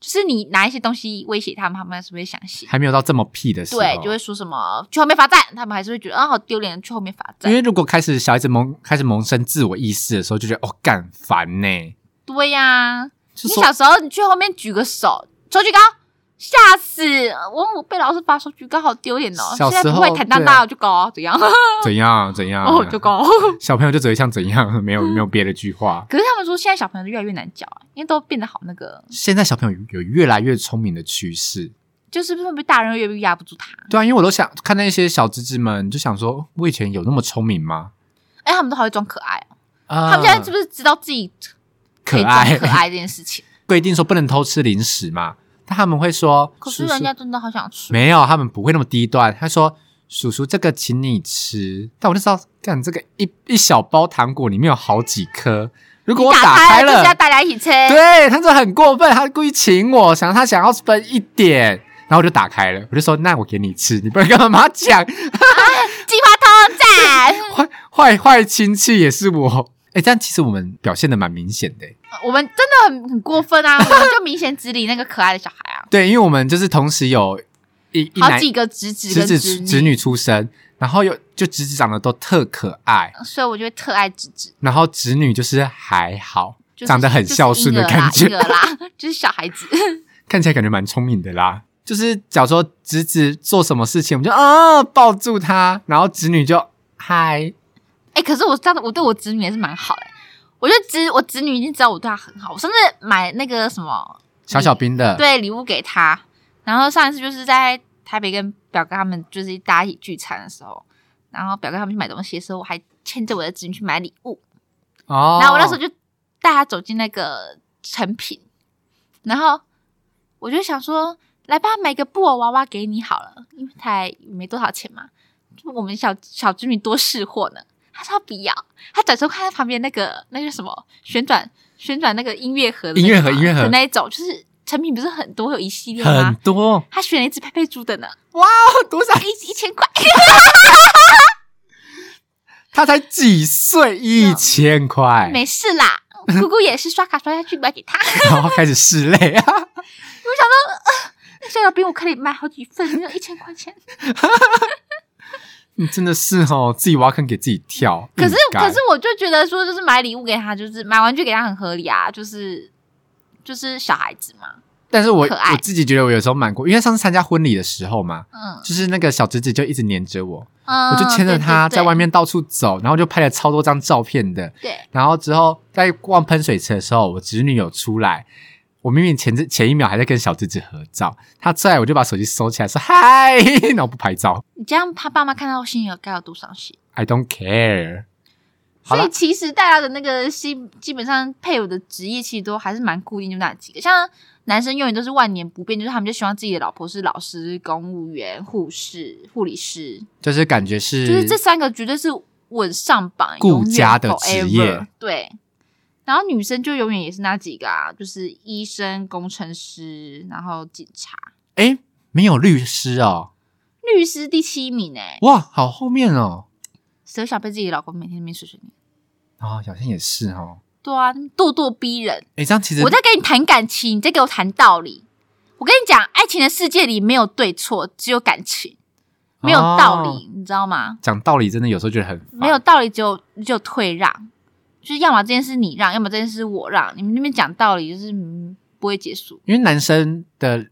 A: 就是你拿一些东西威胁他们，他们还是会想写。
B: 还没有到这么屁的时候。
A: 对，就会说什么去后面罚站，他们还是会觉得啊好丢脸，去后面罚
B: 因
A: 站。
B: 为如果开始小孩子萌开始萌生自我意识的时候，就觉得哦，干烦呢，
A: 对呀、
B: 就
A: 你
B: 说
A: 小时候你去后面举个手，手举高，吓死！我我被老师罚手举高，好丢脸哦。
B: 小
A: 现在
B: 时
A: 不
B: 候
A: 会坦荡
B: 对
A: 荡
B: 啊
A: 我就高啊，怎样？
B: 怎样 怎样，
A: 哦，就高。
B: 小朋友就只会像怎样，没有没有别的句话。
A: 可是他们说现在小朋友越来越难教啊，因为都变得好那个，
B: 现在小朋友有越来越聪明的趋势，
A: 就是会不会大人越来越压不住他？
B: 对啊，因为我都想看那些小侄子们，就想说，我以前有那么聪明吗？
A: 哎，他们都好会装可爱哦。
B: 啊
A: 他们现在是不是知道自己可以
B: 可
A: 装
B: 爱？
A: 可爱这件事情？
B: 规定说不能偷吃零食嘛，但他们会说，
A: 可
B: 叔
A: 是
B: 叔
A: 人家真的好想吃。
B: 没有，他们不会那么低端。他说：“叔叔，这个请你吃。”但我就知道，干这个一一小包糖果里面有好几颗，如果我
A: 打
B: 开
A: 了，就是要大家一起吃。
B: 对他这很过分，他故意请我，想他想要分一点，然后我就打开了，我就说：“那我给你吃，你不能跟妈妈讲。”
A: 计划偷战。
B: 坏坏坏亲戚也是我。哎，这样其实我们表现的蛮明显的欸，
A: 我们真的很很过 分啊！我们就明显只理那个可爱的小孩啊，
B: 对，因为我们就是同时有一一
A: 好
B: 男
A: 几个侄子
B: 侄
A: 跟
B: 子
A: 侄
B: 侄女出生，然后有就侄子长得都特可爱，
A: 所以我就会特爱侄子，
B: 然后侄女就是还好，
A: 就是、
B: 长得很孝顺的感觉，
A: 就是婴儿啦， 婴儿啦就是小孩子。
B: 看起来感觉蛮聪明的啦。就是假如说侄子做什么事情，我们就啊抱住他，然后侄女就嗨，
A: 哎、可是我上次我对我侄女也是蛮好的、我就侄我侄女已经知道我对她很好，我上次买那个什么
B: 小小兵的，
A: 对礼物给她，然后上一次就是在台北跟表哥他们就是大家一起聚餐的时候，然后表哥他们去买东西的时候，我还牵着我的侄女去买礼物，
B: 哦，
A: 然后我那时候就带他走进那个成品，然后我就想说，来吧，买个布偶娃娃给你好了，因为才没多少钱嘛，就我们小小侄女多识货呢。他说他不要，他转头看他旁边那个那个什么旋转旋转那个音乐盒的那个
B: 音乐盒
A: 嘛
B: 音乐盒
A: 的那一种，就是成品不是很多会有一系列
B: 很
A: 吗？
B: 多
A: 他选了一只佩佩猪的呢， 哎
B: 多少
A: 一一千块，
B: 他才几岁，一千块，
A: 没事啦，姑姑也是刷卡刷下去买给他。
B: 然后开始拭泪啊，
A: 那小小兵我可以买好几份，没有一千块钱。
B: 你真的是哦，自己挖坑给自己跳。
A: 可是
B: 应该
A: 可是我就觉得说，就是买礼物给他，就是买玩具给他很合理啊，就是就是小孩子嘛，
B: 但是我
A: 可爱
B: 我自己觉得我有时候蛮过，因为上次参加婚礼的时候嘛，
A: 嗯
B: 就是那个小侄子就一直黏着我，
A: 嗯，
B: 我就牵着他
A: 对对对
B: 在外面到处走，然后就拍了超多张照片的。
A: 对，
B: 然后之后在逛喷水池的时候，我侄女有出来，我明明前这前一秒还在跟小智子合照，他再来我就把手机收起来说嗨，然后不拍照
A: 你这样他爸妈看到心里该有多伤心？
B: ，I don't care。好
A: 所
B: 了
A: 以其实大家的那个基基本上配偶的职业其实都还是蛮固定，就那几个。像男生永远都是万年不变，就是他们就希望自己的老婆是老师、公务员、护士、护理师，
B: 就是感觉是，
A: 就是这三个绝对是稳上榜，
B: 顾家的职
A: 永
B: 业
A: 远 forever 对，然后女生就永远也是那几个啊，就是医生、工程师，然后警察、
B: 哎、没有律师哦，
A: 律师第七名哎、欸，
B: 哇，好后面哦，
A: 谁会想被自己的老公每天在那边碎碎念？
B: 啊、好像也是哦，
A: 对啊，咄咄逼人。
B: 哎、这样其实
A: 我在跟你谈感情，你在给我谈道理。我跟你讲，爱情的世界里没有对错，只有感情，没有道理，
B: 哦
A: 你知道吗？
B: 讲道理真的有时候觉得很烦
A: 没有道理，只有只有退让，就是要么这件事你让，要么这件事我让。你们那边讲道理，就是、嗯不会结束。
B: 因为男生的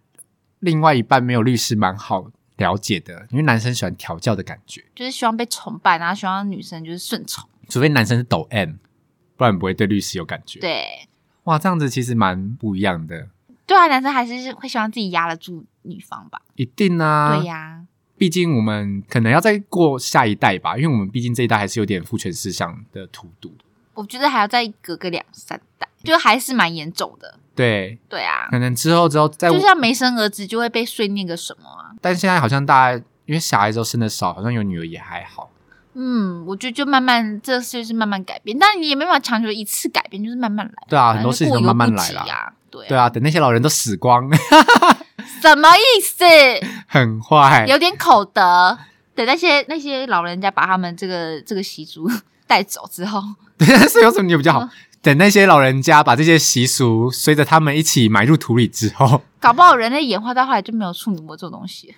B: 另外一半没有律师蛮好了解的，因为男生喜欢调教的感觉，
A: 就是希望被崇拜，然后希望女生就是顺从。
B: 除非男生是抖 M，不然不会对律师有感觉。，
A: 对，
B: 哇，这样子其实蛮不一样的，
A: 对啊，男生还是会希望自己压得住女方吧？
B: 一定啊，
A: 对呀、
B: 毕竟我们可能要再过下一代吧，因为我们毕竟这一代还是有点父权思想的荼毒。
A: 我觉得还要再隔个两三代，就还是蛮严重的。
B: 对，
A: 对啊，
B: 可能之后之后再，
A: 就像没生儿子就会被碎念个什么啊。
B: 但现在好像大家因为小孩子都生的少，好像有女儿也还好。
A: 嗯，我觉得就慢慢，这就是慢慢改变，但你也没办法强求一次改变，就是慢慢来。
B: 对啊，很多事情都慢慢来
A: 啦、
B: 啦。
A: 对
B: 对
A: 啊，
B: 啊，等那些老人都死光，
A: 什么意思？
B: 很坏。
A: 有点口德。等那些那些老人家把他们这个这个习俗 带走之后，
B: 但是有什么你比较
A: 嗯
B: 好？等那些老人家把这些习俗随着他们一起埋入土里之后，
A: 搞不好人类演化到后来就没有处女膜这种东西。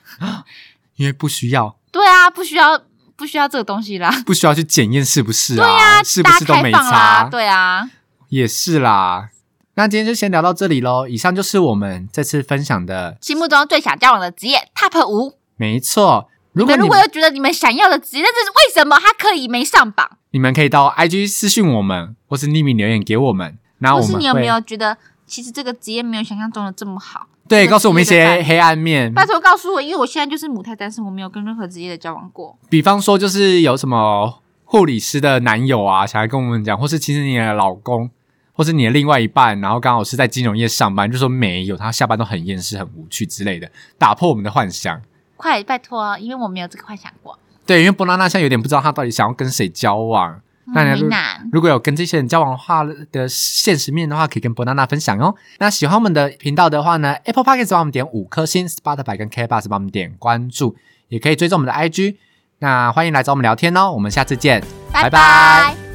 B: 因为不需要
A: 对啊，不需要不需要这个东西啦，
B: 不需要去检验是不是啊，是不
A: 大
B: 是都
A: 家
B: 没
A: 开放
B: 差
A: 啦，，对啊，
B: 也是啦。那今天就先聊到这里喽。以上就是我们这次分享的，
A: 心目中最想交往的职业 Top 五。
B: 没错。如
A: 你
B: 果
A: 们
B: 你
A: 如
B: 们
A: 果又觉得你们想要的职业，那是为什么它可以没上榜？
B: 你们可以到 IG 私讯我们，或是匿名留言给我们，那
A: 或
B: 我
A: 是
B: 们
A: 你有没
B: 会
A: 有觉得，其实这个职业没有想象中的这么好？
B: 对
A: 这个
B: 告诉我们一
A: 职业的
B: 些
A: 看
B: 黑暗面。
A: 拜托告诉我，因为我现在就是母胎单身，我没有跟任何职业的交往过。
B: 比方说，就是有什么护理师的男友啊，想来跟我们讲，或是其实你的老公，或是你的另外一半，然后刚好是在金融业上班，就说没有，他下班都很厌世、很无趣之类的，打破我们的幻想。
A: 快拜托，因为我没有这个幻想过。
B: 对，因为波娜娜现在有点不知道她到底想要跟谁交往。那
A: 嗯
B: 你要
A: 为难，
B: 如果有跟这些人交往的话的现实面的话，可以跟波娜娜分享哦。那喜欢我们的频道的话呢，Apple Podcast 帮我们点五颗星，Spotify 跟 K Bus 帮我们点关注，也可以追踪我们的 IG。那欢迎来找我们聊天哦，我们下次见，拜
A: 拜
B: 拜
A: 拜